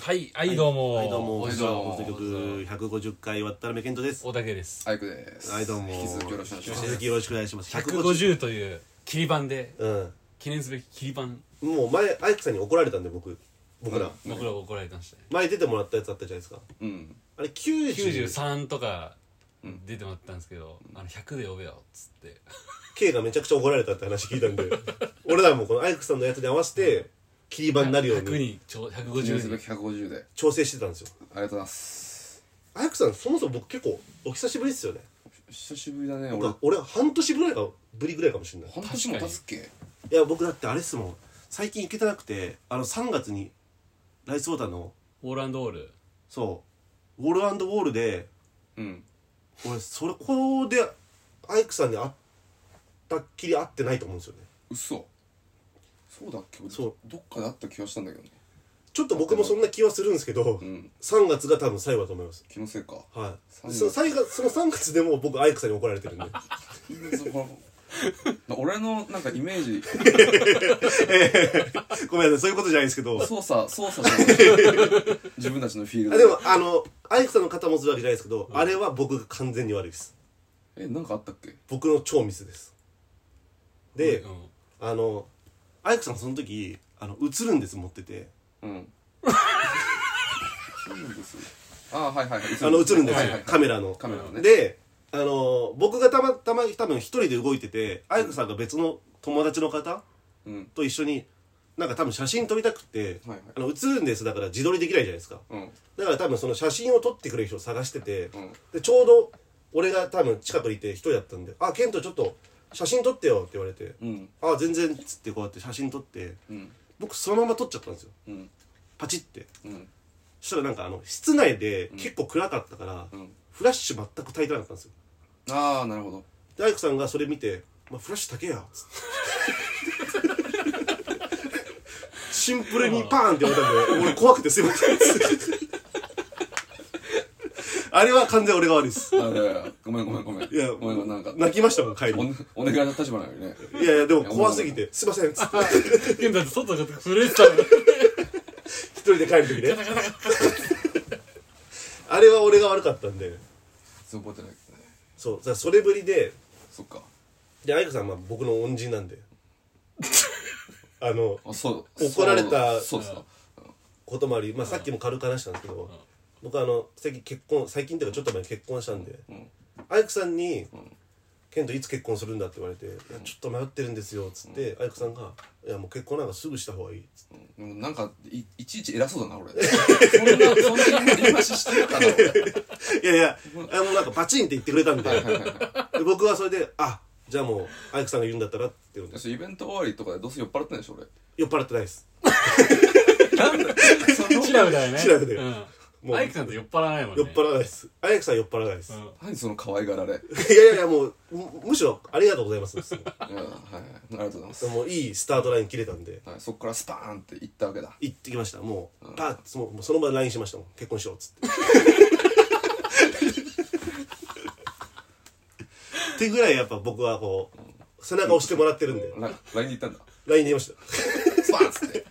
はい、はい、どうも。はいどうもはいどうも放送局150回渡辺健人です大竹です。アイクです。はいどうも引き続きよろしくお願いしま引きす。続きよろしくお願いします150という切り板で、うん記念すべき切り板、もう前アイクさんに怒られたんで僕僕ら、うん僕らが怒られてましたね。前出てもらったやつあったじゃないですかうん。あれ90 93とか出てもらったんですけど、あの100で呼べよ、っつって。 K がめちゃくちゃ怒られたって話聞いた んで俺らもこのアイクさんのやつに合わせて切り板になるよう100に人、ちょ記念150すべ人。き150で。調整してたんですよありがとうございます。アイクさんそもそも僕結構お久しぶりですよね久しぶりだね、俺。俺半俺半年ぐらいかぶりぐらいかもしれない年も経つっけいや僕だってあれっすもん最近行けてなくてあの3月にライスウォーターのオールアンドオール。そうウォールウォールでうん。俺それここでアイクさんに会ったっきり会ってないと思うんですよね嘘。そうだっけ俺そうどっかであった気がしたんだけどね。ちょっと僕もそんな気はするんですけど、うん。 3月が多分最後だと思います気のせいか。はい3月その最後その3月でも僕アイクさんに怒られてるんで 俺のなんかイメージ、 ごめんなさいそういうことじゃないですけど あ操作、操作じゃない自分たちのフィールドでもあのアイクさんの肩持つわけじゃないですけど、あれは僕が完全に悪いですえ、なんかあったっけ僕の超ミスですで、うんあのアイクさんその時あの映るんです持っててうん。そうなんですよあー、はいはいはい。あの映るんですよ、はいはいはいカメラのカメラのね。であの僕がたまたま多分一人で動いててアイクさんが別の友達の方うん。と一緒になんか多分写真撮りたくて、はいはいあの映るんですだから自撮りできないじゃないですかうん。だから多分その写真を撮ってくれる人を探してて、うんでちょうど俺が多分近くにいて一人だったんで「あケントちょっと写真撮ってよ」って言われてうん。 「あ全然」っつってこうやって写真撮ってうん。僕そのまま撮っちゃったんですようん。パチってうん。そしたらなんかあの室内で結構暗かったから、うんフラッシュ全く焚いてなかったんですよああなるほどでアイクさんがそれ見て「まあ、フラッシュ焚けや」つってシンプルにパーンって言われたんで俺怖くてすいませんっつってあれは完全俺が悪いですあいやいやごめんごめんごめんいやごめんごめんなんか泣きましたもん帰りにおお願いの立場なのにねいやいやでも怖すぎて「すいません」っつって現在、外が震えてたの。一人で帰る時ねあれは俺が悪かったんでそう覚えてないけどねそうだからそれぶりでそっかでアイクさんは僕の恩人なん であのあそう怒られたそうそうですかこともあり、まあ、さっきも軽く話したんですけど、僕あの最近結婚最近っていうかちょっと前に結婚したんで、んアイクさんに、ケントいつ結婚するんだ?」って言われて「いやちょっと迷ってるんですよ」っつって、アイクさんが「いやもう結婚なんかすぐした方がいい」っつってうんなんかいいちいち偉そうだな俺そんなそんな言い回ししてるかな「俺いやいやあのなんかバチンって言ってくれたんではいはいはいで僕はそれで「あじゃあもうアイクさんが言うんだったら」って言うんで私イベント終わりとかでどうせ酔っ払ってんでしょ俺酔っ払ってないですそ のチラフだよね。チラフだようもん。うアイクさんと酔っ払わないもんね。酔っ払わないですアイクさん酔っ払わないです、うん何その可愛がられいいやいやいやもうむむしろありがとうございますですよやはいはいありがとうございますもういいスタートライン切れたんではいそっからスパーンって行ったわけだ行ってきましたもうパッそのもうその場で LINE しましたもん結婚しようっつ ってってぐらいやっぱ僕はこう背中押してもらってるんでラ LINE で行ったんだ LINE で言いましたスパーンっつって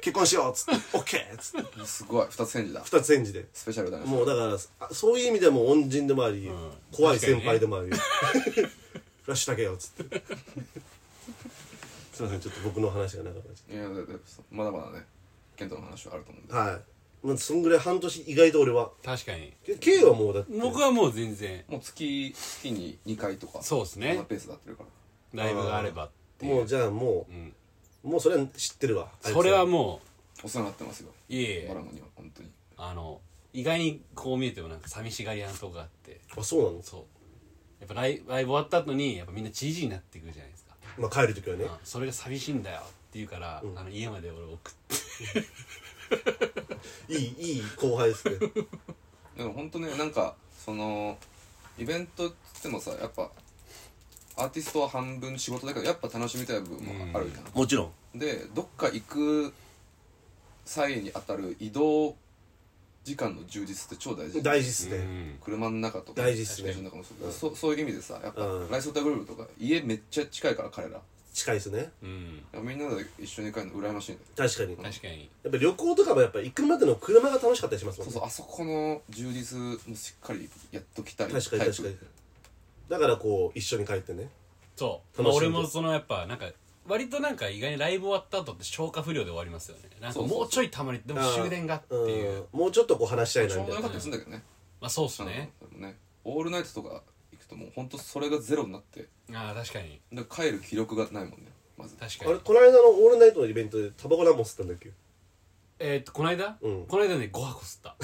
結婚しようっつって OK っつってすごい二つ返事だ二つ返事でスペシャルだねもうだからあそういう意味でも恩人でもあり、怖い先輩でもあり、 フラッシュだけよっつってすいませんちょっと僕の話が長くなっちゃいやだってまだまだねケントの話はあると思うんでったはいまあそんぐらい半年意外と俺は確かに。け K はもうだって僕はもう全然、もう月月に2回とかそうっすねそんなペースだってるからライブがあればっていもうう。じゃあもう、んもうそれは知ってるわそれはもお世話になってますよう、いえいえバラ。モには本当にあの意外にこう見えてもなんか寂しがり屋なとこがあってあいつあそうなのそうやっぱライライブ終わった後にやっぱみんなじじになってくるじゃないですか、まあ帰る時はねあそれが寂しいんだよって言うから、あの家まで俺送っていいいい後輩 ですねでも本当ねなんかそのイベントっつってもさやっぱアーティストは半分仕事だけどやっぱ楽しみたい部分もあるじゃん、もちろんでどっか行く際に当たる移動時間の充実って超大事大事っすね、車の中とか大事っすね電車の中もそうだけどそうそういう意味でさやっぱ、うんライスオタグループとか家めっちゃ近いから彼ら近いですねうんみんなで一緒に帰るの羨ましいね確かにやっ確かにぱ旅行とかもやっぱ行くまでの車が楽しかったりしますもんそねうそうあそこの充実もしっかりやっときたい確かにタイプ確かにだからこう一緒に帰ってねそう、楽しんでまあ俺もそのやっぱなんか割となんか意外にライブ終わった後って消化不良で終わりますよねなんかそうそうそうもうちょいたまにでもあー終電がっていううんもうちょっとこう話し合いなちょみうたどいよなかったりするんだけどねまあそうっすね、うんでもねオールナイトとか行くともう本当それがゼロになってああ確かにだから帰る気力がないもんねまず確かあれにこの間のオールナイトのイベントでタバコ何本吸ったんだっけえーっとこの間、うんこの間ね5箱吸った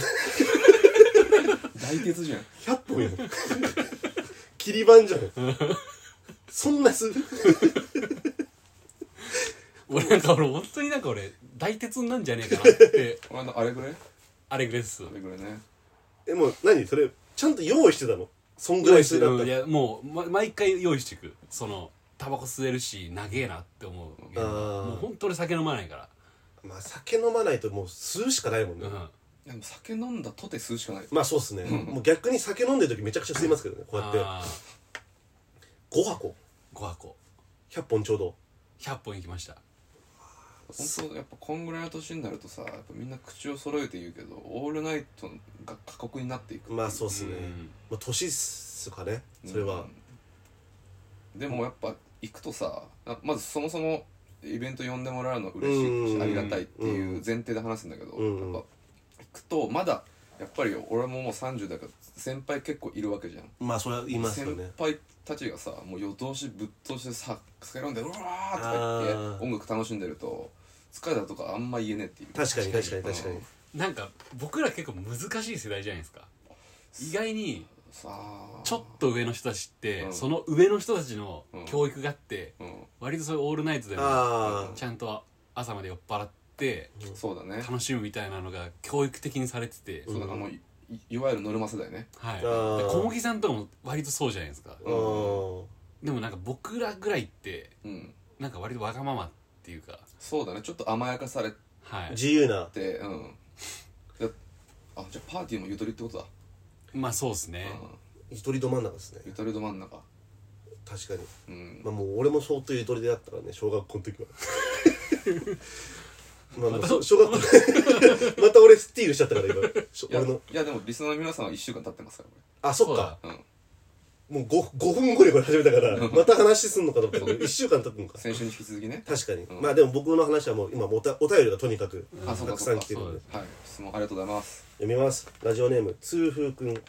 大鉄じゃん 100 本やん切り板じゃんそんな吸う俺なんか俺本当になんか俺大鉄になんじゃねえかなってこの間あれぐらいあれぐらいですあれぐらいねえもう何それちゃんと用意してたのそんぐらい吸うだったうんいらやもう、ま、毎回用意していくそのタバコ吸えるし長えなって思うけどあーもう本当に酒飲まないからまあ酒飲まないともう吸うしかないもんね、うんでも酒飲んだとて吸うしかないまあそうっす ね、もう逆に酒飲んでる時めちゃくちゃ吸いますけどねこうやってあ5箱5箱100本ちょうど100本いきました本当やっぱこんぐらいの年になるとさやっぱみんな口を揃えて言うけどオールナイトが過酷になっていくまあそうっすね、うんまあ、年っすかねそれは、うんでもやっぱ行くとさあまずそもそもイベント呼んでもらうの嬉しいうんしありがたいっていう前提で話すんだけど、うんやっぱ行くとまだやっぱり俺ももう30だから先輩結構いるわけじゃん、まあそれは言いますよ先ね輩たちがさもう夜通しぶっ通してさ酒飲んでうわーとかあ言っーて音楽楽しんでると疲れたとかあんま言えねえっていう確かに確かに確かに、うんなんか僕ら結構難しい世代じゃないですか意外にさあちょっと上の人たちって、うんその上の人たちの教育があって、うん割とそういうオールナイトでもあちゃんと朝まで酔っ払ってそうだね楽しむみたいなのが教育的にされてて、そうだねあのいいわゆるノルマ世代ねはい、でー小麦さんとかも割とそうじゃないですか、あうんでもなんか僕らぐらいってうんなんか割とわがままっていうかそうだねちょっと甘やかされはい自由なてうんだあじゃあパーティーもゆとりってことだ、まあそうですねうゆとりど真ん中ですねん、ゆとりど真ん中確かに、うんまあ、もう俺も相当ゆとりであったからね小学校の時 はまあまあそう小学校 また俺スティールしちゃったから今しょいや俺いのやでもリスナーの皆さんは1週間経ってますからあそっそうかだこれ、うん、もう 5, 5分後にこれ始め たからまた話すんのかと思ったけど1週間経つのか先週に引き続きね確かに、うんまあでも僕の話はもう今おたお便りがとにかくあそうたかくさそうんか来てるのではい質問ありがとうございます読みますラジオネーム通風くん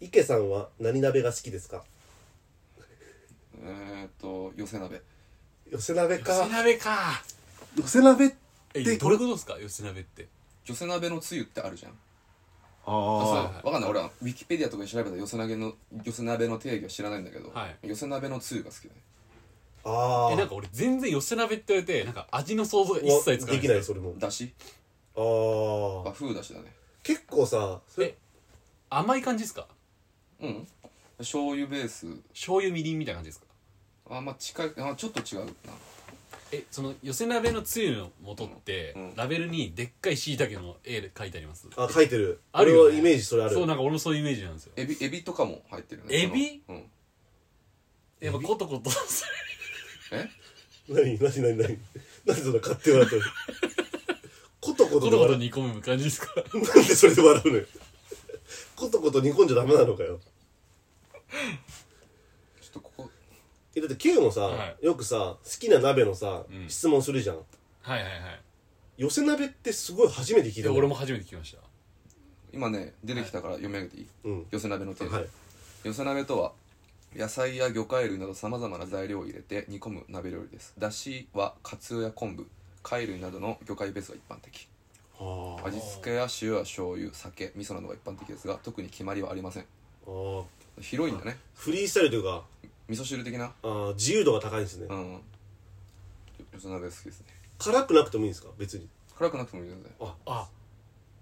池さんは何鍋が好きですかえー、っと寄せ鍋寄せ鍋寄せか鍋か寄せ鍋えでどういうことですか寄せ鍋って寄せ鍋のつゆってあるじゃんあわかんない俺はウィキペディアとかで調べた寄せ鍋の寄せ鍋の定義は知らないんだけど、はい寄せ鍋のつゆが好きだねああえなんか俺全然寄せ鍋って言われてなんか味の想像が一切つかなでいきないそれもだしあ和あ風だしだね結構さそれえ甘い感じですかうん醤油ベース醤油みりんみたいな感じですかあまあ近いあちょっと違うなえその寄せ鍋のつゆの素って、うんラベルにでっかい椎茸の絵で書いてありますあ書いてるある俺よ、はね、イメージそれあるそうなんか俺もそういうイメージなんですよエビエビとかも入ってるねエビそのうんやっぱコトコトすえ何何何何何そんな勝手に 笑ってることこるコトとでコト笑煮込む感じですかうなんでそれで笑うのよことこと煮込んじゃダメなのかよちょっとここえだって Q もさ、はよくさ好きな鍋のさ、うん質問するじゃんはいはいはい寄せ鍋ってすごい初めて聞いでた俺も初めて聞きました今ね出てきたから読み上げていい、うん寄せ鍋の定義、はい寄せ鍋とは野菜や魚介類などさまざまな材料を入れて煮込む鍋料理ですだしはカツオや昆布貝類などの魚介ベースが一般的あー味付けや塩や醤油酒味噌などが一般的ですが特に決まりはありませんあー広いんだねフリースタイルというか味噌汁的なあー自由度が高いんですね、うん寄せ鍋好きですね辛くなくてもいいんですか別に辛くなくてもいいのであ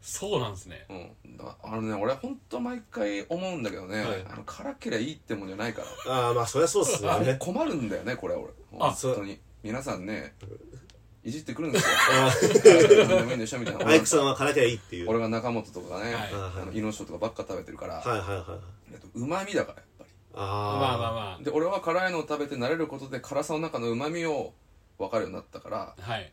そうなんですねうん、だあのね俺ほんと毎回思うんだけどはね、いあの辛けりゃいいってもんじゃないからああまあそりゃそうっすよね困るんだよねこれ俺あ本当に皆さんねいじってくるんですよ あ何でもいいんでしょみたいなーアイクさんは辛きゃいいっていう俺が中本とかね、はいあのイノシシとかばっか食べてるから、はいはいはいうまみだからやっぱりああまあまあまあで俺は辛いのを食べて慣れることで辛さの中のうまみを分かるようになったからはい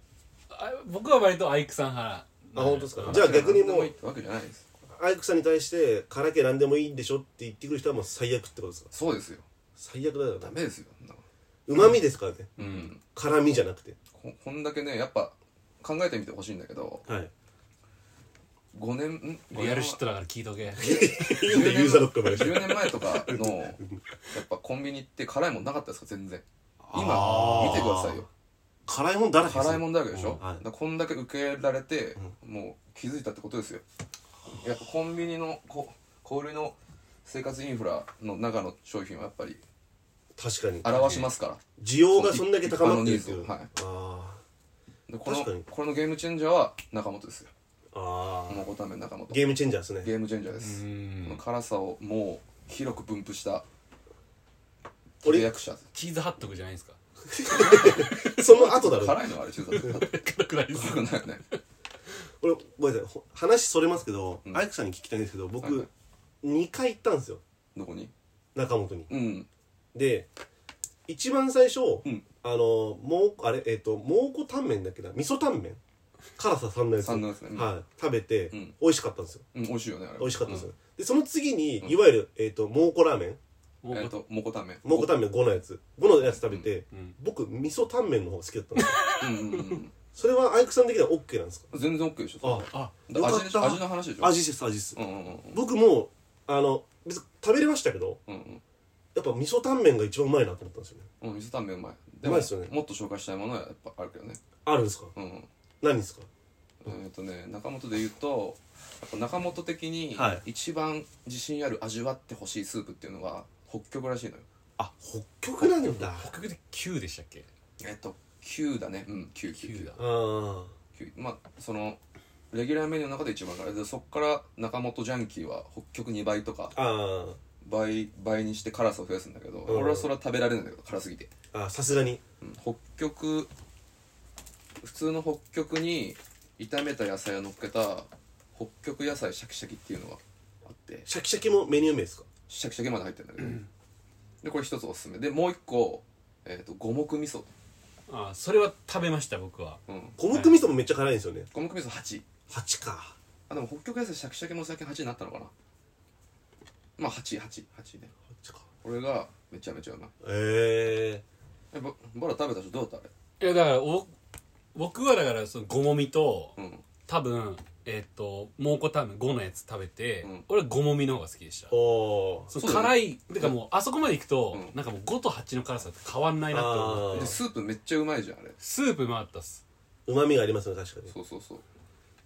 あ僕は割とアイクさん派あ本当ですかうんじゃあ逆にもう何でいいってわけじゃないですアイクさんに対して「からけ何でもいいんでしょ」って言ってくる人はもう最悪ってことですかそうですよ最悪だよダなメですよそんなのうまみですからねうん辛みじゃなくてここんだけねやっぱ考えてみてほしいんだけどはい5年んリアルシットだから聞いとけなん でユーザーロックまで10年前とかのやっぱコンビニって辛いもんなかったですか全然あ今ー見てくださいよ辛いもんだらけです辛いもんだらけでしょ、うんはいだからこんだけ受けられて、もう気づいたってことですよやっぱコンビニのこ小売りの生活インフラの中の商品はやっぱり確かに表しますから需要がそんだけ高まってるっていう、一般のニーあでこの確かにこれのゲームチェンジャーは中本ですよーあーもうため中本ゲゲームチェンジャーですねームチェンジャーでうす、このん辛さをもう広く分布した俺契約者チーズハットグじゃないですか その後だろ辛いのあれ中辛辛くないですくないよね俺ごめんなさいほ話それますけど、うんアイクさんに聞きたいんですけどはいは僕、い二2回行ったんですよどこに中本にうんで一番最初、うんあのもうあれえっ、と蒙古タンメンだっけな味噌タンメン辛さ3のやつ3のやつねうんはい、食べて、うん美味しかったんですようん美味しいよねあれ美味しかったんですうよ、んでその次に、うんいわゆる、えっと蒙古ラーメンもうえっとモコタンメン蒙古タンメン5のやつ5のやつ食べて、うん僕味噌タンメンの方が好きだったんですよ うんうんうんそれはアイクさん的には OK なんですかうん全然 OK でしょああだよか味っでしたょ味の話でしょ味です味です、うんうんうん僕もあの別に食べれましたけどうんうんやっぱ味噌タンメンが一番うまいなと思ったんですよねうん水タンメンうまいまいっすよねもっと紹介したいものはやっぱあるけどねあるんですかうんうん何ですかえーっとね中本で言うとやっぱ中本的にはい一番自信ある味わってほしいスープっていうのが北極らしいのよあ北極なんだ北極で9でしたっけえっと9だねうん9 9 9だあ9まあそのレギュラーメニューの中で一番辛いでそっから中本ジャンキーは北極2倍とかああ倍倍にして辛さを増やすんだけど、ん俺はそれは食べられないんだけど辛すぎて、ああさすがにうん北極普通の北極に炒めた野菜を乗っけた北極野菜シャキシャキっていうのがあってシャキシャキもメニュー名ですかシャキシャキまで入ってるんだけど、でこれ一つおすすめでもう一個、えー、と五目味噌、あそれは食べました僕はうん、五目味噌もめっちゃ辛いんですよね五目味噌8 8かあでも北極野菜シャキシャキも最近8になったのかなまあ888ね8かこれがめちゃめちゃうまいええぼボラ食べた人どうだったいやだからお僕はだからそのごもみとあれうん多分えっと蒙古タンメン5のやつ食べてうん俺はごもみの方が好きでしたえおーそのそうだね辛いてかもうあそこまで行くとうんなんかもう5と8の辛さって変わんないなって思っあてーでスープめっちゃうまいじゃんあれスープもあったっすうまみがありますね確かにそうそうそう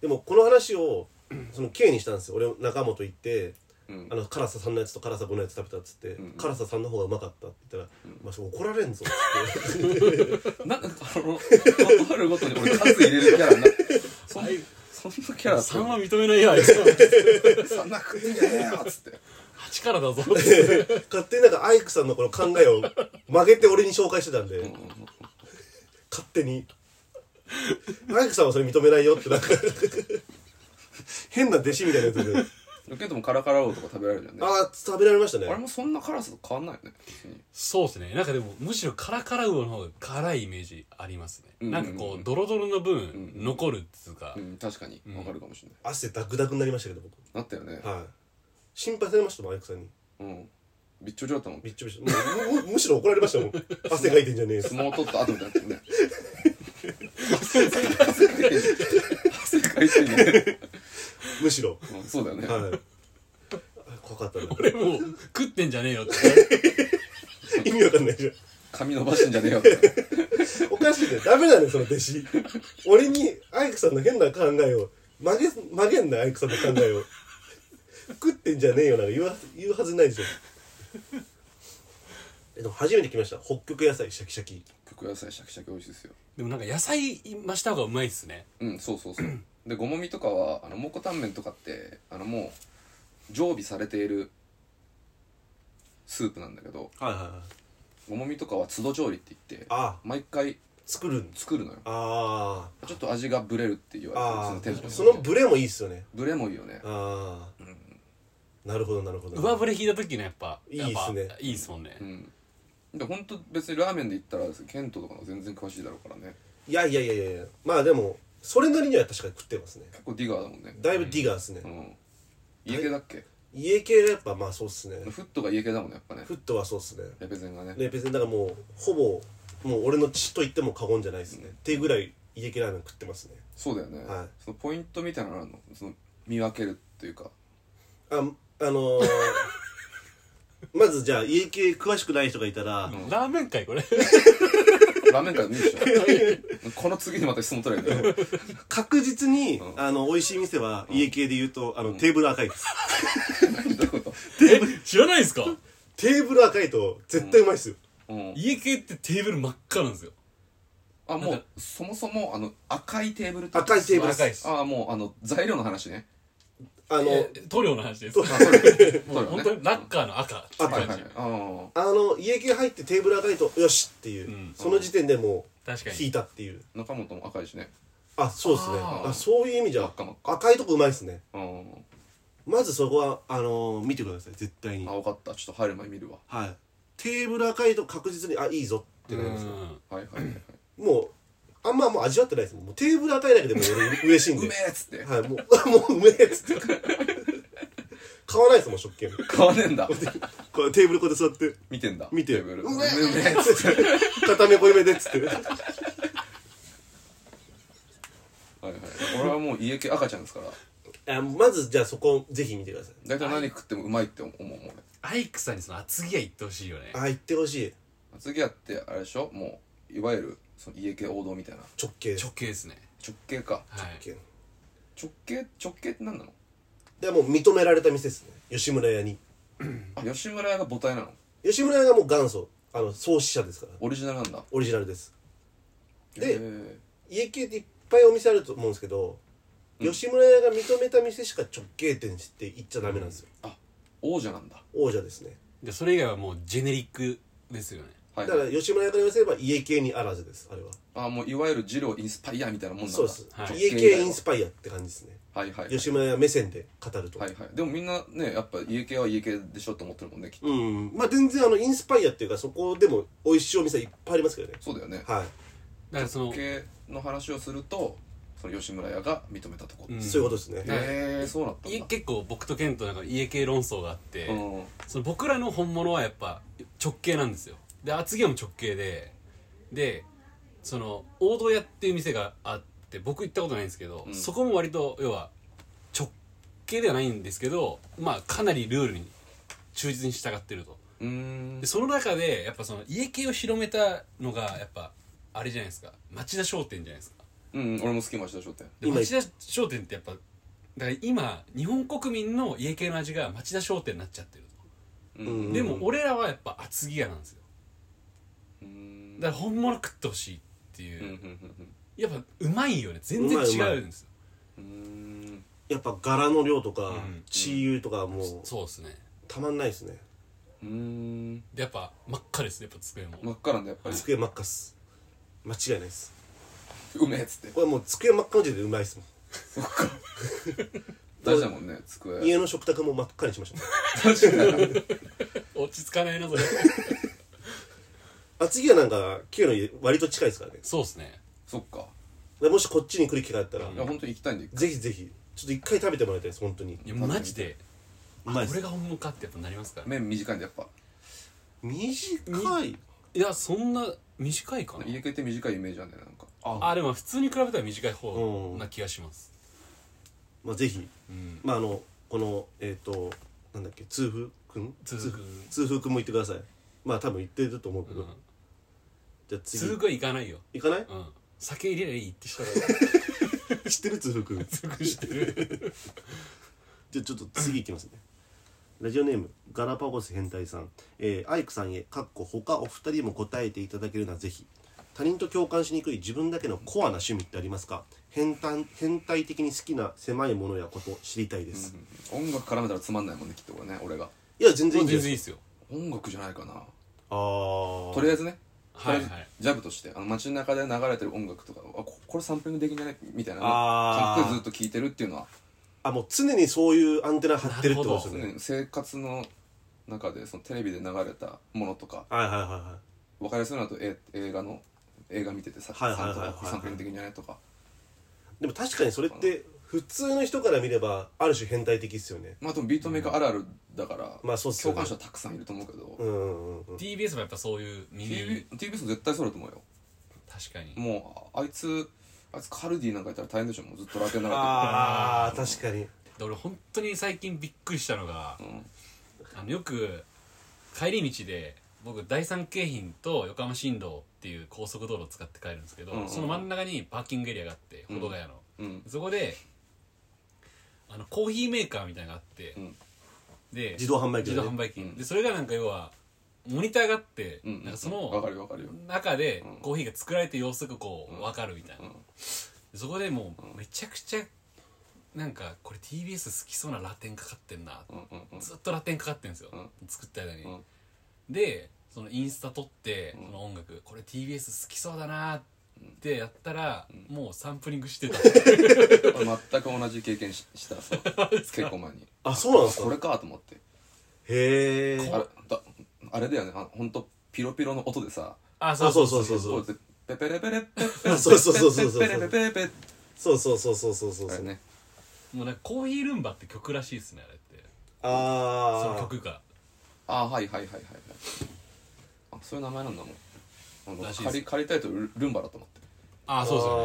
でもこの話をその K にしたんですよ俺中本行ってうんあの辛さ3のやつと辛さ5のやつ食べたっつって、うん辛さ3の方がうまかったって言ったら、まあ、それ怒られんぞっつってなんかあの断るごとに俺数入れるキャラになそんそんなキャラ3は認めないよあいつそんな食うんじゃねえよっつって8からだぞ 勝手になんかアイクさんのこの考えを曲げて俺に紹介してたんで、うんうんうん勝手にアイクさんはそれ認めないよってなんか 変な弟子みたいなやつでロケットもカラカラローとか食べられるじゃんねああ食べられましたねあれもそんな辛さと変わんないよね別にそうですねなんかでもむしろカラカラ魚の方が辛いイメージありますね、うんなんかこうドロドロの分うん残るっつうか、うん確かにんわかるかもしれない汗ダクダクになりましたけど僕なったよねはい心配されましたもんアイクさんにうんびっちょりだったもんびっちょびちょもうむむむしろ怒られま したもん汗かいてんじゃねえよ相撲取った後みたいになってるね汗かいてる汗かいてるねむしろうんそうだよねはいあ怖かったな俺もう食ってんじゃねえよって意味わかんないじゃん髪伸ばしてんじゃねえよっておかしいねダメだねその弟子俺にアイクさんの変な考えを曲げ曲げんなアイクさんの考えを食ってんじゃねえよなんか言うは言うはずないでしょえでも初めて来ました北極野菜シャキシャキ極野菜シャキシャキ美味しいですよでもなんか野菜増した方がうまいっすねうんそうそうそうでごもみとかはあの蒙古タンメンとかってあのもう常備されているスープなんだけどはいはいはいごもみとかは都度調理って言ってあ毎回作るんです作るのよあちょっと味がブレるって言ーわあれてるあそそののテンションブレもいいっすよねブレもいいよねああ、なるほどなるほど上振れ引いた時のやっぱいいっすねやぱいいっすもんね、うんで本当別にラーメンで言ったらケントとかの方が全然詳しいだろうからねいやいやいやいやいやまあでもそれなりには確かに食ってますね結構ディガーだもんねだいぶディガーですね、うん家系だっけ家系がやっぱまあそうっすねフットが家系だもんねやっぱねフットはそうっすねレペゼンがねで別にだからもうほぼもう俺の血と言っても過言じゃないですね、っていうぐらい家系ラーメン食ってますねそうだよね、はいそのポイントみたいなのあるのその見分けるっていうかああのー、まずじゃあ家系詳しくない人がいたら、ラーメン界これ ラーメンから見るでしょ この次にまた質問取れるよね確実に、んあの美味しい店は家系で言うと、あのテーブル赤いです、何どういうことえ知らないですかテーブル赤いと絶対うまいっすよ、うん家系ってテーブル真っ赤なんですよあもうそもそもあの赤いテーブルって赤いテーブル赤いっですすあもうあの材料の話ねあのえ塗料の話ですあそうだよもうそう本だ当よねにラッカーの赤って赤感はいはいじああの家系入ってテーブル赤いとよしっていう、うんその時点でもう確かに引いたっていうあ中本も赤いしねあそうですねああーそういう意味じ真ゃっ赤真っ赤いとこうまいですねうんまずそこはあのー見てください絶対にあ分かったちょっと入る前見るわはいテーブル赤いと確実にあいいぞってなりますうんはいはいはいはいもうあんまもう味わってないですもうテーブル赤いだけでもう 俺嬉しいんうでめえっつってはいもう もううめえっつって買わないですもん食券買わねえんだこれテーブルこうやって座って見てんだ見てテーブルううめめええうめえっつって片目こめでっつってはいはい俺はもう家系赤ちゃんですからあまずじゃあそこぜひ見てください大体何食ってもうまいって思うもん俺アイクさんにその厚着屋行ってほしいよねあ行ってほしい厚木屋ってあれでしょもういわゆるその家系王道みたいな直径直径ですね直系かはい径直系直系って何なのでもう認められた店ですね吉村屋にあ吉村屋が母体なの吉村屋がもう元祖あの創始者ですからオリジナルなんだオリジナルですでへえ家系っていっぱいお店あると思うんですけど、吉村屋が認めた店しか直径店って言っちゃダメなんですよ、あ王者なんだ王者ですねでそれ以外はもうジェネリックですよねはだいから吉村屋から言わせれば家系にあらずですあれはあもういわゆる二郎インスパイアみたいなもんなんだそうです、はい家系インスパイアって感じですねはいはい吉村屋目線で語ると、はいはいでもみんなねやっぱ家系は家系でしょって思ってるもんねきっとうんまあ全然あのインスパイアっていうかそこでも美味しいお店いっぱいありますけどねそうだよねはい、だからその家系の話をするとその吉村屋が認めたとこうんそういうことですね、へえそうなったんいだ結構僕とケントなんか家系論争があって、うんその僕らの本物はやっぱ直系なんですよで厚木屋も直系ででその大戸屋っていう店があって僕行ったことないんですけど、うんそこも割と要は直系ではないんですけどまあかなりルールに忠実に従ってるとうーんでその中でやっぱその家系を広めたのがやっぱあれじゃないですか町田商店じゃないですかうん俺も好きました商店で今町田商店ってやっぱだから今日本国民の家系の味が町田商店になっちゃってるううんでも俺らはやっぱ厚木屋なんですようんだから本物食ってほしいっていうう、んやっぱうまいよね全然違うんですようんうんやっぱ柄の量とか、ん血油とかもうそうですねたまんないですねうーんでやっぱ真っ赤ですねやっぱ机も、真っ赤なんだやっぱり机真っ赤っす間違いないですうめえっつってこれもう机真っ赤の時点でうまいっすもん大事だもんね机家の食卓も真っ赤にしました落ち着かない なそれ厚木屋なんか旧の家割と近いですからねそうですねそっかでもしこっちに来る機会あったら、いや本当に行きたいんでぜひぜひちょっと一回食べてもらいたいです本当にいやマジでうまいっ俺すが本物かってやっぱなりますからね麺短いんでやっぱ短いいやそんな短いかな家系って短いイメージなんだよなんかあでも普通に比べたら短い方うんな気がします、まあぜひうん、まああのこのえっ、となんだっけ通風くん通風くん通風くんも行ってくださいまあ多分行ってると思うけど、うんじゃあ次続くは行かないよ、行かなういん、酒入れりゃいいって人が知ってる通風くん続くしてるじゃあちょっと次いきますねラジオネームガラパゴス変態さん、えーアイクさんへかっこ他お二人も答えていただけるならぜひ他人と共感しにくい自分だけのコアな趣味ってありますか変態変態的に好きな狭いものやこと知りたいです、音楽絡めたらつまんないもんねきっとこれね俺がいや全然いい全ん然いいですですよ音楽じゃないかなあーとりあえずねとはりいあはえいずジャブとしてあの街中で流れてる音楽とかあここれサンプリングできんじゃないみたいなねあーかっこいいずっと聴いてるっていうのはあもう常にそういうアンテナ張ってるってことです常よねに生活の中でそのテレビで流れたものとかはいはいはいは分かりやすいのだとえ映画の映画見ててさはいはいはいはいさんとか三分的にねとかいでも確かにそれって普通の人から見ればある種変態的ですよねまあでもビートメーカーあるあるだから、まあそうっすよ共ね感者たくさんいると思うけど、うんうんうん TBS もやっぱそういう耳 TV TBS も絶対そうだと思うよ確かにもうああいつあいつカルディなんかいたら大変でしょもうずっと楽天ながああ確かにで俺本当に最近びっくりしたのが、んあのよく帰り道で僕第三京浜と横浜新道っていう高速道路を使って帰るんですけど、うんうんその真ん中にパーキングエリアがあって保土ヶ谷の、うんそこであのコーヒーメーカーみたいなのがあって、うんで自動販売機自だ動ね販売機、うんでそれがなんか要はモニターがあって、うんなんかそわかのるよわかるよ中でうんコーヒーが作られてる様子がこう分かるみたいな、うんそこでもうめちゃくちゃなんかこれ TBS 好きそうなラテンかかってんなうんうんうんずっとラテンかかってんですよ、うん作った間に、うんでそのインスタ撮って、うんその音楽これ TBS 好きそうだなってやったら、もうサンプリングして た俺全く同じ経験ししたさ結構前にあそうなんですこかれかと思ってへえあれだあれだよねあほんとピロピロの音でさああそうそうそうそこううやってペペレペレペペあそうそうそうそうそうペレペレペレペそうそうそうそうそうそうあそれうねもうなんかコーヒールンバって曲らしいですねあれってそのああ曲があはいはいはいはいはいあそういう名前なんだもんらしいです借り借りタイトルルンバだと思ってああそうですよね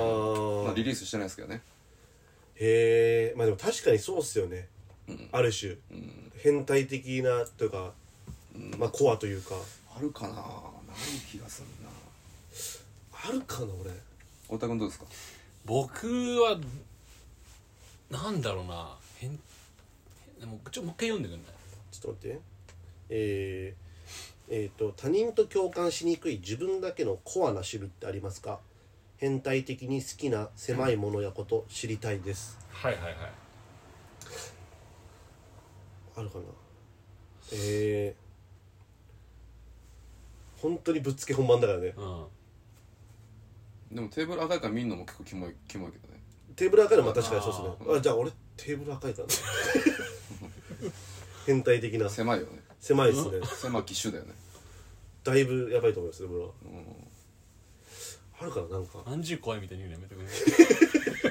まあねリリースしてないですけどねへえまあでも確かにそうっすよねうんある種うん変態的なというかうんまあコアというかあるかなない気がするなあるかな俺太田君どうですか僕はなんだろうな変でもちょもう一回読んでくんないちょっと待ってえーえーと他人と共感しにくい自分だけのコアな趣味ってありますか変態的に好きな狭いものやこと知りたいですはいはいはいあるかなえー、本当にぶっつけ本番だからねうんでもテーブル赤いから見るのも結構キモいキモいけどねテーブル赤いのも確かにそうですあねあじゃあ俺テーブル赤いからね 変態的な狭いよね狭いですね狭き種だよねだいぶやばいと思いますね俺はうんあるかななんか何十怖いみたいに言うのやめて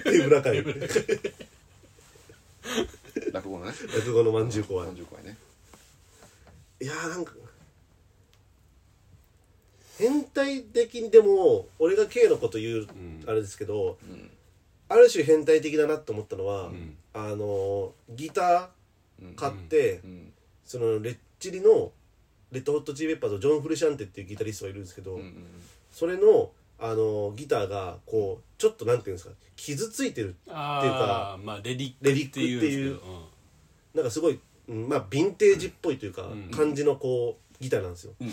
くれ ないテーブル赤い落語のね落語のまんじゅう怖い30回ねいやーなんか変態的にでも俺が K のこと言う、んあれですけどうんある種変態的だなと思ったのは、んあのーギタうんー買って、うんそのレッチリのレッドホットチーペッパーとジョン・フルシャンテっていうギタリストがいるんですけど、うんうんそれのあのーギターがこうちょっとなんていうんですか傷ついてるああまあレリックレリっックってていいううんんですすけど、でけどなんかすごい、うんまあヴィンテージっぽいというか、うん感じのこうギターなんですよ、うん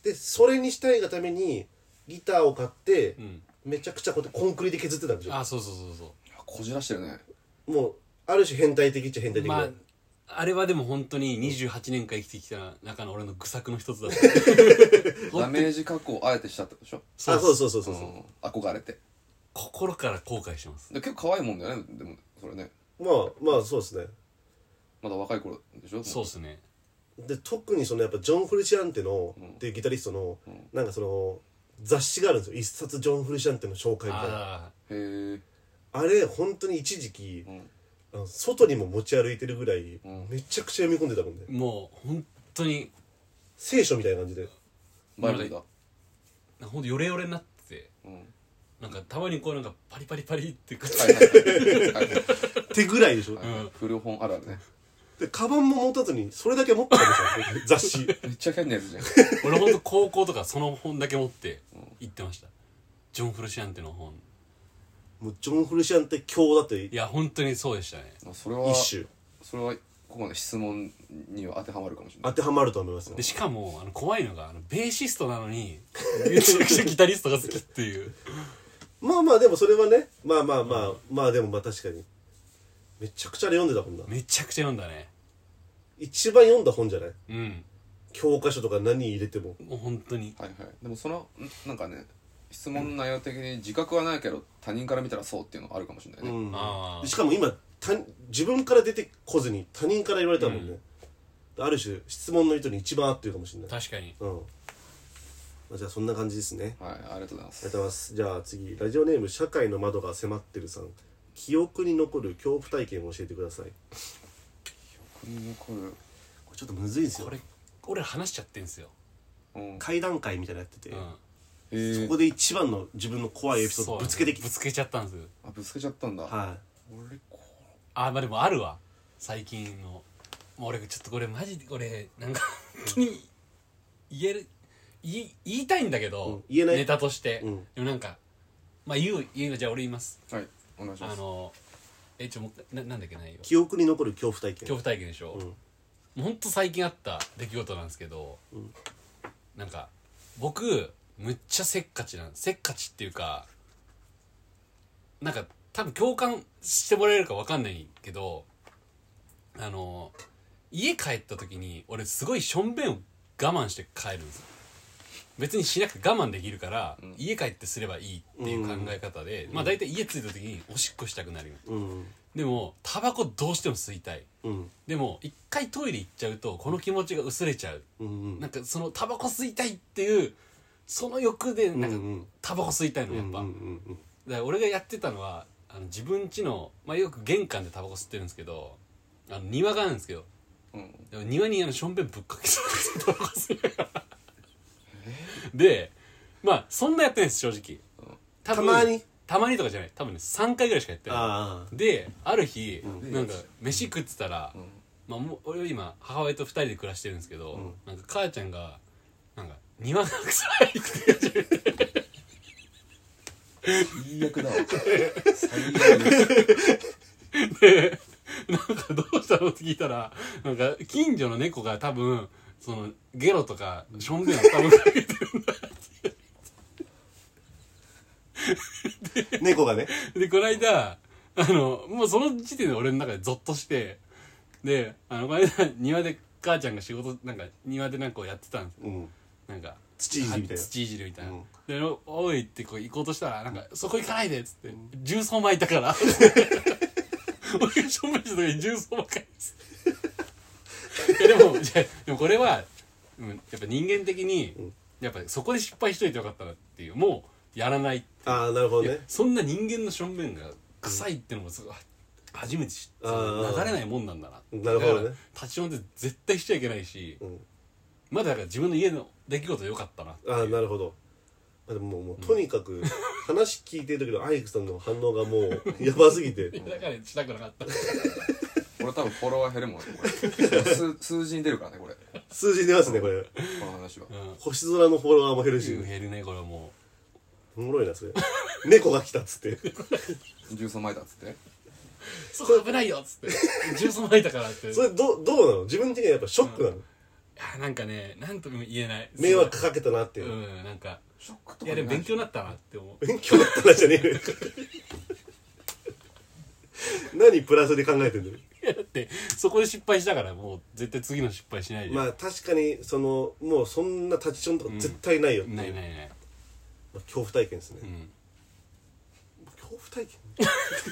でそれにしたいがためにギターを買って、うんうんめちゃくちゃこうやってコンクリで削ってたんですよあそうそうそうそこじらしてるねもうある種変態的っちゃ変態う的な、まああれはでも本当に28年間生きてきた中の俺の愚策の一 つだったダメージ加工をあえてしたってことでしょそうあですそうそうそうそうそううん憧れて心から後悔してますで結構可愛いもんだよねでもそれねまあまあそうですねまだ若い頃でしょそうですねで特にそのやっぱジョン・フルシアンテの、うんっていうギタリストの、んなんかその雑誌があるんですよ一冊ジョン・フルシアンテの紹介みたいなああへえれ本当に一時期う、んあの外にも持ち歩いてるぐらい、うんめちゃくちゃ読み込んでたもんねあもう本当に聖書みたいな感じでバイブルだなんか本当ヨレヨレになっててうんはなんかたまにこうなんかパリパリパリってくっついはいはいはい手ぐらいでしょ、はい古本あるあるねでカバンも持たずにそれだけ持ってたんですよ雑誌めっちゃ変なやつじゃん俺本当高校とかその本だけ持って行ってましたジョン・フルシアンテの本もうジョン・フルシアンテ教だってい一や本当にそうでしたねあそれは種それはここの質問には当てはまるかもしれな当いてはまると思いますよでしかもあの怖いのがあのベーシストなのにめちゃくちゃギタリストが好きっていうまあまあでもそれはねまあまあまあまあでもまあ確かにめちゃくちゃあれ読んでたもんなめちゃくちゃ読んだね一番読んだ本じゃないうん教科書とか何入れてももう本当にはいはいでもそのんなんかね質問の内容的に自覚はないけど他人から見たらそうっていうのあるかもしれないね、うんあーしかも今他自分から出てこずに他人から言われたもんね、ある種質問の人に一番合ってるかもしれない確かにうんまあじゃあそんな感じですねはいありがとうございありまがすとうございますじゃあ次ラジオネーム社会の窓が迫ってるさん記憶に残る恐怖体験を教えてくださいうんここれちょっとむずいですよこれ俺ら話しちゃってんすよ、れうん階段階みたいなのやってて、うん、えーそこで一番の自分の怖いエピソードをぶつけてきぶてつけちゃったんですあぶつけちゃったんだは俺こあまあでもあるわ最近のもう俺ちょっとこれマジでこれなんか本当に言える言い言いたいんだけど、うん言えないネタとして、うんでもなんかまあ言う言うじゃあ俺言いますうはいお願いしまあすのえちょもう一回ななんだっけないよい記憶に残る恐怖体験恐怖体験でしょ、うんもうほんと最近あった出来事なんですけど、んなんか僕むっちゃせっかちなんせっかちっていうかなんか多分共感してもらえるかわかんないけどあの家帰った時に俺すごいしょんべんを我慢して帰るんですよ別にしなくて我慢できるから、家帰ってすればいいっていう考え方で、まあ大体家着いた時におしっこしたくなるようんでもタバコどうしても吸いたいうんでも一回トイレ行っちゃうとこの気持ちが薄れちゃううんうんなんかそのタバコ吸いたいっていうその欲でなうんうんんかタバコ吸いたいのやっぱ、うんうんうだんから俺がやってたのはあの自分家の、まあ、よく玄関でタバコ吸ってるんですけどあの庭があるんですけどうんでも庭にあのしょんべんぶっかけてたんですよタバコ吸いながらでまあそんなやってないです正直多分たまにたまにとかじゃない多分ね3回ぐらいしかやってないああである日、んなんか飯食ってたら、まあ、もう俺は今母親と2人で暮らしてるんですけど、なんか母ちゃんがなんか庭が臭いって言い始めて最悪だわ最 悪なんかどうしたのって聞いたらなんか近所の猫が多分そのゲロとかしょんべんを多分かけてるんだ 猫がねでこの間あのもうその時点で俺の中でゾッとしてであのこの間庭で母ちゃんが仕事なんか庭でなんかこうやってたんですうんなんか土いじりみたいなは土いじりみたいな、うんでおおいってこう行こうとしたらなんか、そこ行かないでっつって、重曹巻いたから 俺がしょんべんした時に重曹巻いたいやでもじゃあでもこれは、うん、やっぱ人間的に、やっぱそこで失敗しといてよかったなっていうもうやらないああなるほどねそんな人間のしょんべんが臭いってのもすごい初めて知ってあー流れないもんなんだなってなるほどだねから立ち飲んで絶対しちゃいけないし、んまだだから自分の家の出来事でよかったなああなるほどまあでももうもうとにかく話聞いてる時のアイクさんの反応がもうやばすぎてだからしたくなかった俺多分フォロワー減るもんね これ数数字に出るからねこれこ数字出ますねこれの話は星空のフォロワーも減るし減るねこれはもおもろいなそれ 猫が来たっつって重曹撒いたっつってうそこ危ないよっつって重曹撒いたからっていそれどどうなの自分的にはやっぱショックなのやなんかね何とも言えない迷惑かけたなってういうのんなんかショックといやでも勉強になったなって思う勉強だったらじゃねえよ何プラスで考えてんだよいやだってそこで失敗したからもう絶対次の失敗しないで、まあ確かにそのもうそんな立ちションとか絶対ないよっていうないないないまあ恐怖体験ですね、ん恐怖体験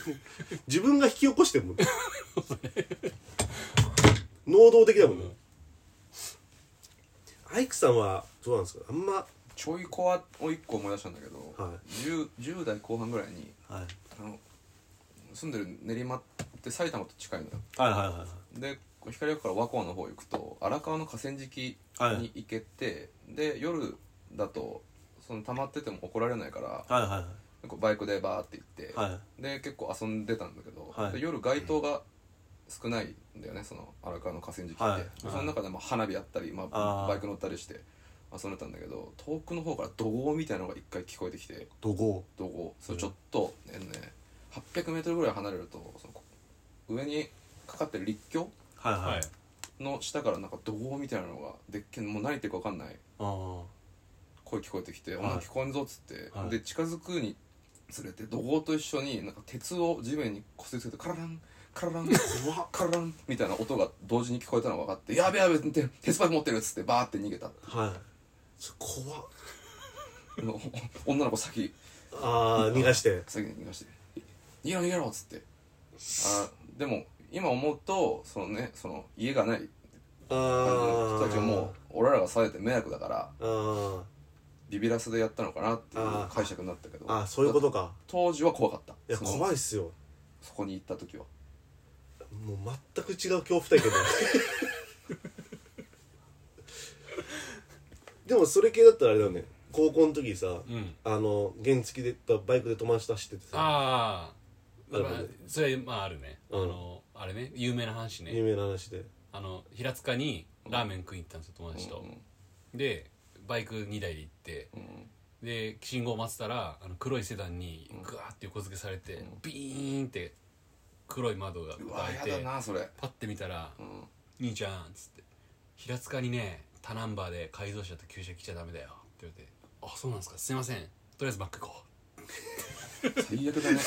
自分が引き起こしてるもんね能動的だもんね、アイクさんはどうなんですかあんまちょいコアを一個思い出したんだけど、は 10, 10代後半ぐらいにはいあの住んでる練馬って埼玉と近いのよはいはいはいで光岡から和光の方行くと荒川の河川敷に行けて、で夜だとその溜まってても怒られないからはいはい結構バイクでバーって行って、はで結構遊んでたんだけど、はいで夜街灯が少ないんだよねその荒川の河川敷って、はいその中でも花火やったり、まああ、ーバイク乗ったりして遊んでたんだけど遠くの方から怒号みたいなのが一回聞こえてきてどこ怒号それちょっと、えっとね 800m ぐらい離れるとその上にかかってる立橋はいははいの下からなんか怒号みたいなのがでっけんもう何言ってるか分かんないあ声聞こえてきて「はいあ聞こえんぞ」っつって、はいで近づくにつれて怒号と一緒になんか鉄を地面にこすりつけてカラランカラランカラランみたいな音が同時に聞こえたのが分かって「やべやべて鉄パイプ持ってる」っつってバーって逃げた あはいそれ怖っの女の子先ああ逃がして先に逃がして「逃げろ逃げろ」っつってあでも今思うとそのねその家がないあ人たちはもう俺らがされて迷惑だからうあビビらせでやったのかなっていうあー解釈になったけどーあーそういうことか当時は怖かったいやその怖いっすよそこに行った時はもう全く違う恐怖体験だ でもそれ系だったらあれだよね高校の時さ、うんあの原付でバイクで友達と走っててさああ、なるほまあどそれまああるね、うんあのあれね有名な話ね、有名な話であの平塚にラーメン食いに行ったんですよ友達と、うんでバイク2台で行ってうんで信号待ってたらあの黒いセダンにうんグワーって横付けされて、うんビーンって黒い窓がうわ開いやてだなそれパッて見たらうん「兄ちゃん」っつって「平塚にね他ナンバーで改造車と旧車来ちゃダメだよ」って言われて「あそうなんですかすいませんとりあえずバック行こ」最悪だね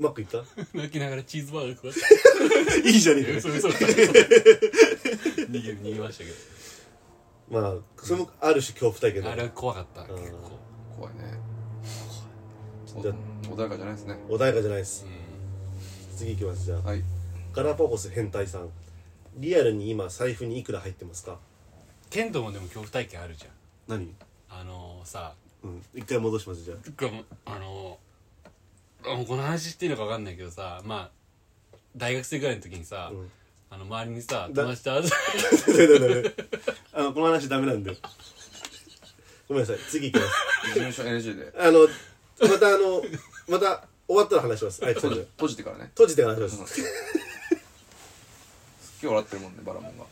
うまくいったいう 泣きながらチーズバーガー食わせて いじゃねえかそれそれ逃げる逃げましたけどまあそれもある種恐怖体験だあよれねは怖かった結うん構 怖いねおじゃ穏やかじゃないですね穏やかじゃないですうん次いきますじゃあはいガラパゴス変態さんリアルに今財布にいくら入ってますかケントもでも恐怖体験あるじゃん何あのさうん一回戻しますじゃあてかもうあのあもうこの話していいのか分かんないけどさまあ大学生ぐらいの時にさ、うん あの周りにさだ友達と会うだめだめあのこの話ダメなんでごめんなさい次いきます事務所 NG であのまたあのまた終わったら話しますあいつ閉じ閉閉じてからねじてから話しうんますすっげえ笑ってるもんねバラモンが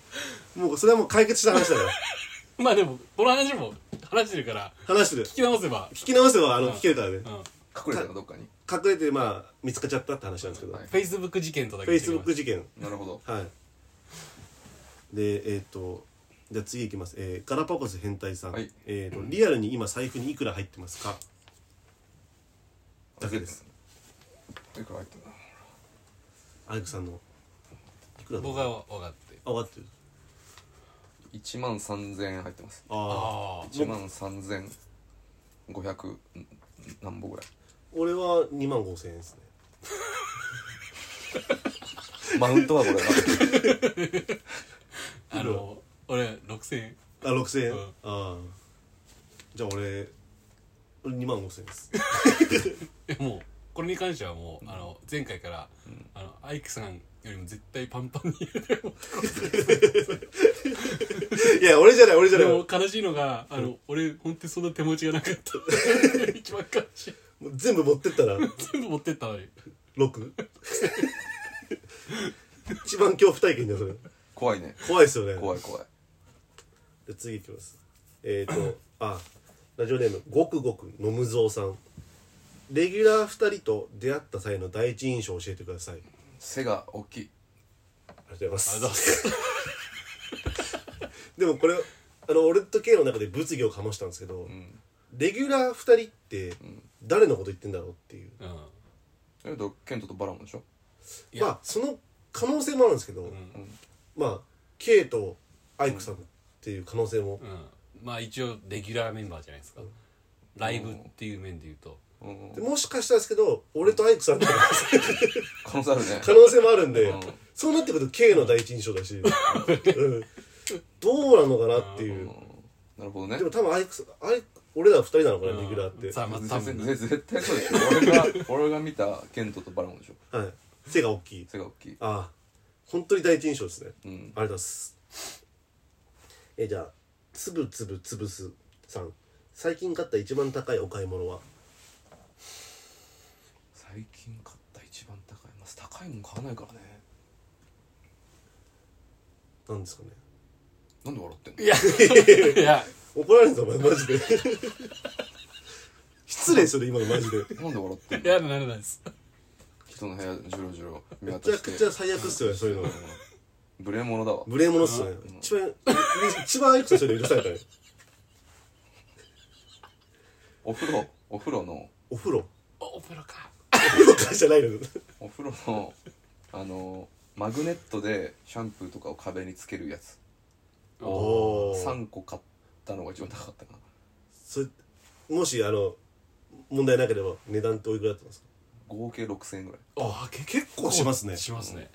もうそれはもう解決した話だから まあでもこの話も話してるから話してる聞き直せば聞き直せばあの聞けるからねうん隠れてるのどっかに隠れてまあ見つかっちゃったって話なんですけどはいフェイスブック事件とだけ Facebook 事事件なるほどはいでえっ、とじゃあ次いきます、えーガラパゴス変態さん、はいえーとリアルに今財布にいくら入ってますかだけですいくら入ってるなアイクさんのいくらだ僕は分かってるあ分かってる1万3000円入ってますあああ1万3500何本ぐらい俺は2万5千円ですねマウントはこれなああの俺6000円あ6千円、うんああじゃあ俺俺2万5千 円ですえもうこれに関してはもう、あの前回から、あのアイクさんよりも絶対パンパンに入れてもいや俺じゃない俺じゃでないもも悲しいのがあの、俺本当にそんな手持ちがなかった一番悲しいう全部持ってったら全部持ってったのに6 一番恐怖体験じゃんそれ怖いね怖いですよね怖い怖いで次いきますえっ、とあラジオネームごくごくのむぞうさんレギュラー2人と出会った際の第一印象を教えてください背が大きいありがとうござあいどうまぞす でもこれあの俺と K の中で物議を醸したんですけど、うんレギュラー2人って誰のこと言ってんだろうっていう、うんだけどケントとバラモンでしょいやまあその可能性もあるんですけど、うんまあ K とアイクさんっていう可能性も、うんまあ一応レギュラーメンバーじゃないですかライブっていう面で言うとうんでもしかしたらですけど俺とアイクさんの可能性あ るね可能性もあるんで、うんそうなってくると K の第一印象だし、うんどうなのかなっていう、うんなるほどねでも多分アイクさんアイク俺ら2人なのかな、うんレギュラーってさあまあ多絶分絶絶対そうでしょ俺が 俺が見たケントとバラモンでしょはい背が大きい背が大きいああ本当に第一印象ですねうんありがとうございます。え、じゃあ、つぶつぶつぶすさん。最近買った一番高いお買い物は最近買った一番高いまあ高いもん買わないからね何ですかねなんで笑ってんのいやいや怒られるぞ、お前、マジで。失礼する、今のマジで。めなんで笑ってんいのやならないです人の部屋でジョロジョロ見渡ちゃしてくちゃ最悪っすよね、そういうの。無礼者だわ無礼者っすよね。一番、一番よくそういうの許されたね。お風呂お風呂のお風呂。おお風呂かお風呂からじゃないの。お風呂のあのマグネットでシャンプーとかを壁につけるやつおー3個買ったのが一番高かったかなそれ、もし、あの、問題なければ、値段っておいくらだったんですか合計6000円ぐらいあけ結構しますねしますね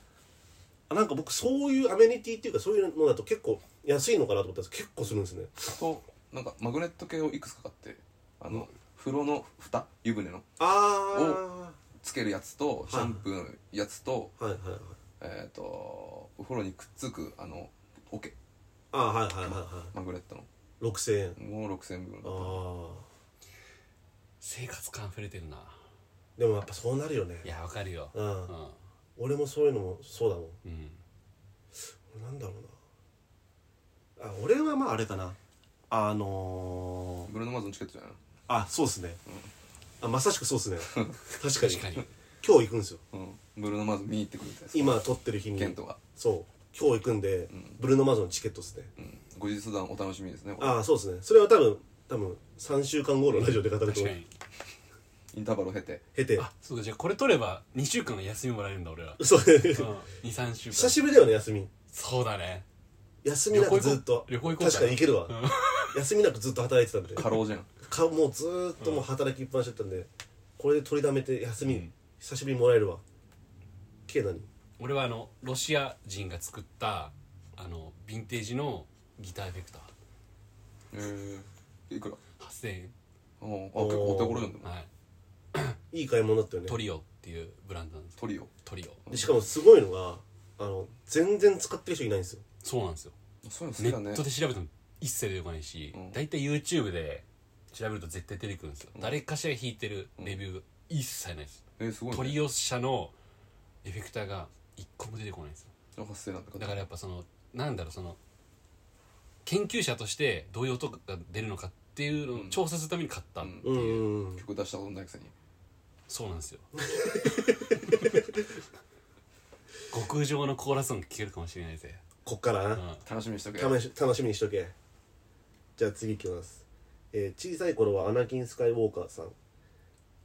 なんか僕そういうアメニティっていうかそういうのだと結構安いのかなと思ったんですけど結構するんですねとなんかマグネット系をいくつか買ってあの風呂の蓋湯船のあつけるやつとシャンプーのやつと,、あはいはいはいえっ、とお風呂にくっつくあの桶ああはいはいはいはマグネットのい6000円もう6000円分あのあ生活感溢れてるなでもやっぱそうなるよねいやわかるようんうん俺もそういうのもそうだもんうん俺なんだろうなあ俺はまああれかなあのー、ブルーノマーズのチケットじゃないあそうっすね、あまさしくそうっすね確かに確かに今日行くんですよの、うん、ブルーノマーズ見に行ってくるみたいな今撮ってる日にケントが、そう今日行くんで、ブルーノ・マーズのチケットっすねうん、後日談お楽しみですねこれああそうですねそれは多分多分3週間後のラジオで語ると確思かうにインターバルを経て経てあそうかじゃあこれ取れば2週間休みもらえるんだ俺らそう久うん23週間しぶりだよね休みそうだね休みなくずっと旅行行こう確かに行けるわ、うん休みなくずっと働いてたんで過労じゃんかもうずーっともう働きっぱなしだったんでこれで取りだめて休み、うん久しぶりにもらえるわ K 何俺はあのロシア人が作ったあのヴィンテージのギターエフェクターええいくら8000円ああ結構お手頃じゃんでもはいいい買い物だったよねトリオっていうブランドなんですけどトリオトリオでしかもすごいのがあの全然使ってる人いないんですよそうなんですよそういうネの好きだッねトで調べても一切出てこないしうん大体 YouTube で調べると絶対出てくるんですよ誰かしら弾いてるレビューが一切ないですえー、すごい、ね、トリオ社のエフェクターが一個も出てこないんですよオ発生なんだかだからやっぱそのなんだろうその研究者としてどういう音が出るのかっていうのをうん調査するために買ったってうんいう、うんうん曲出したことないくせにそうなんですよ 極上のコーラス音が聞けるかもしれないぜ、こっからうな、ん、楽しみにしとけ楽し楽しみにしとけじゃあ次いきます、えー小さい頃はアナキン・スカイウォーカーさん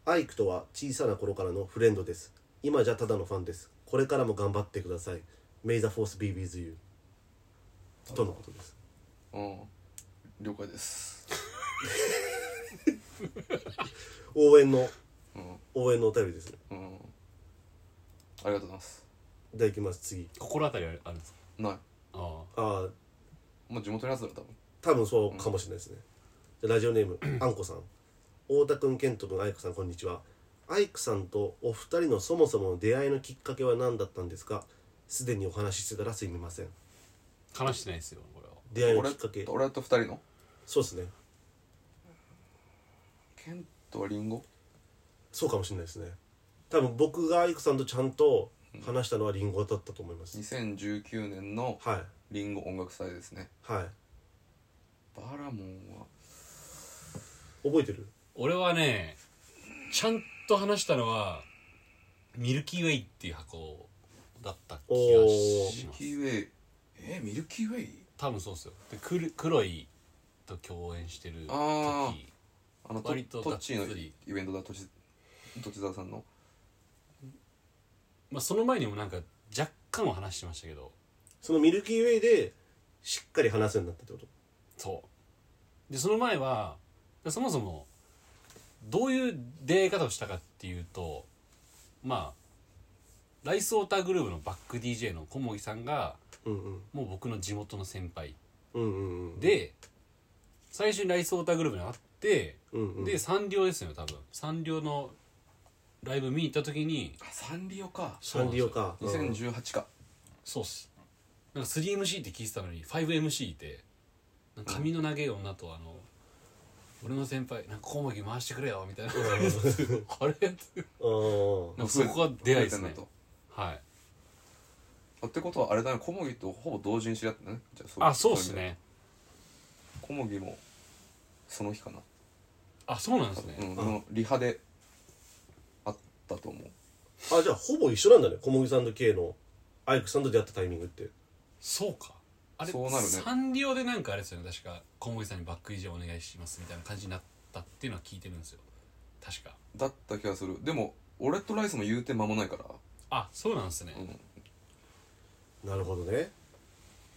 アイクとは小さな頃からのフレンドです今じゃただのファンですこれからも頑張ってください May the force be with you とのことですうん了解です応援のうん応援のお便りですねうんありがとうございますじゃあいきます次心当たりはあるんですかないあああもう地元のやつだろ多分多分そうかもしれないですね、じゃあラジオネーム あんこさん太田君健人君アイクさんこんにちはアイクさんとお二人のそもそもの出会いのきっかけは何だったんですかすでにお話ししてたらすみませんあ話してないですよこれは出会いの俺きっかけ俺と二人のそうですねケントはリンゴそうかもしれないですね多分僕がアイクさんとちゃんと話したのはリンゴだったと思います、 2019年のはいリンゴ音楽祭ですねはいバラモンは覚えてる俺はねちゃんと話したのはミルキーウェイっていう箱だった気がミしルまキすーウェイえミルキーウェイ多分そうですよでくる黒いと共演してるあ時あのト割とトッチーのがっつイりベントだとちとちざわさんのまあ、その前にもなんか若干は話してましたけどそのミルキーウェイでしっかり話すようになったってことそうでその前はそもそもどういう出会い方をしたかっていうとまあライスウォーターグループのバック DJ の小森さんがうんうんもう僕の地元の先輩うんうんうんで最初にライスウォーターグループに会ってうんうんでサンリオですよね多分サンリオのライブ見に行った時にあサンリオかサンリオかうん2018かそうっすなんか 3MC って聞いてたのに 5MC いてなんか髪の長い女とあの、俺の先輩なんかコウモギ回してくれよみたいな あれあーなんかそこは出会いですね増えてんだとはいあってことはあれだね小麦とほぼ同時に知り合ったねじゃあそあそうっいす意味でね小麦もその日かなあそうなんですね、うん、あのリハであったと思うあじゃあほぼ一緒なんだね小麦さんと K のアイクさんと出会ったタイミングってそうかあれそうなるねサンリオでなんかあれですよね確か小森さんにバック以上お願いしますみたいな感じになったっていうのは聞いてるんですよ確かだった気がするでも俺とライスも言うて間もないから、あそうなんですね、うんなるほどね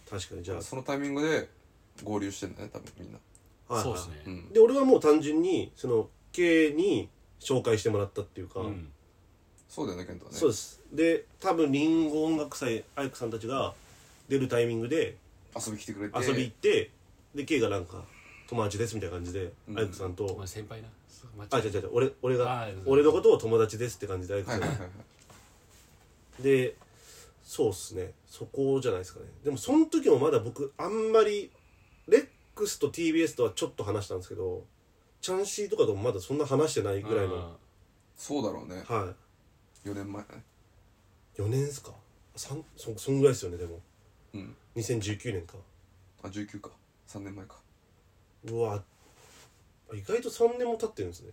確かにじゃあそのタイミングで合流してんだね多分みんな、はいはいそうですね、うん、で俺はもう単純にその K に紹介してもらったっていうか、うんそうだよね健太ねそうですで多分リンゴ音楽祭アイクさんたちが出るタイミングで遊び来てくれて遊び行って、で K がなんか「友達です」みたいな感じで、うんアイクさおんと前先輩なそう間違「あ違うえ違う違う俺俺あがー俺のことを友達です」って感じでアイクはさいんはがいはいはいでそうっすねそこじゃないですかねでもその時もまだ僕あんまりレックスと TBS とはちょっと話したんですけどチャンシーとかともまだそんな話してないたぐらいのうはんそうだろうね4年前い4年ですか三そそんぐらいですよねでもうん2019年かあ19か3年前かうわ意外と3年も経ってるんですね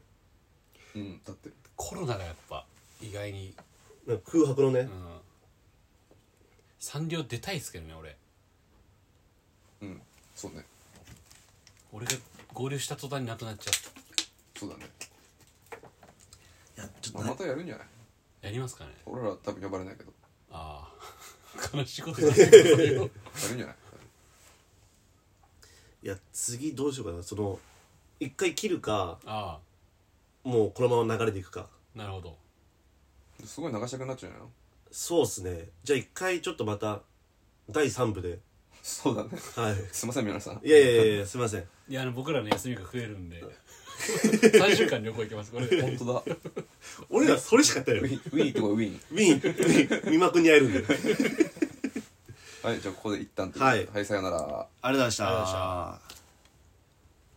うんだってるコロナがやっぱ意外に、なんか空白のね、うん、サンリオ出たいっすけどね俺うんそうね俺が合流した途端になくなっちゃうそうだね、いやちょっまあ、またやるんじゃないやりますかね俺ら多分呼ばれないけどああ 悲しいことになってくるよやるんじゃないいや次どうしようかなその一回切るかあもうこのまま流れていくかあなるほどすごい流したくなっちゃうよそうっすねじゃあ一回ちょっとまた第3部でそうだねはいすいません皆さんいやいやいやいやすいませんいやあの僕らの休みが増えるんで 3週間旅行行けますこれで本 当だ俺らそれしかやったよ ウィンウィーンってこいウィーンウィンウィン美馬君に会えるんでありがとうはいじゃあここで一旦とうことでははいさよならございましありがとうございまた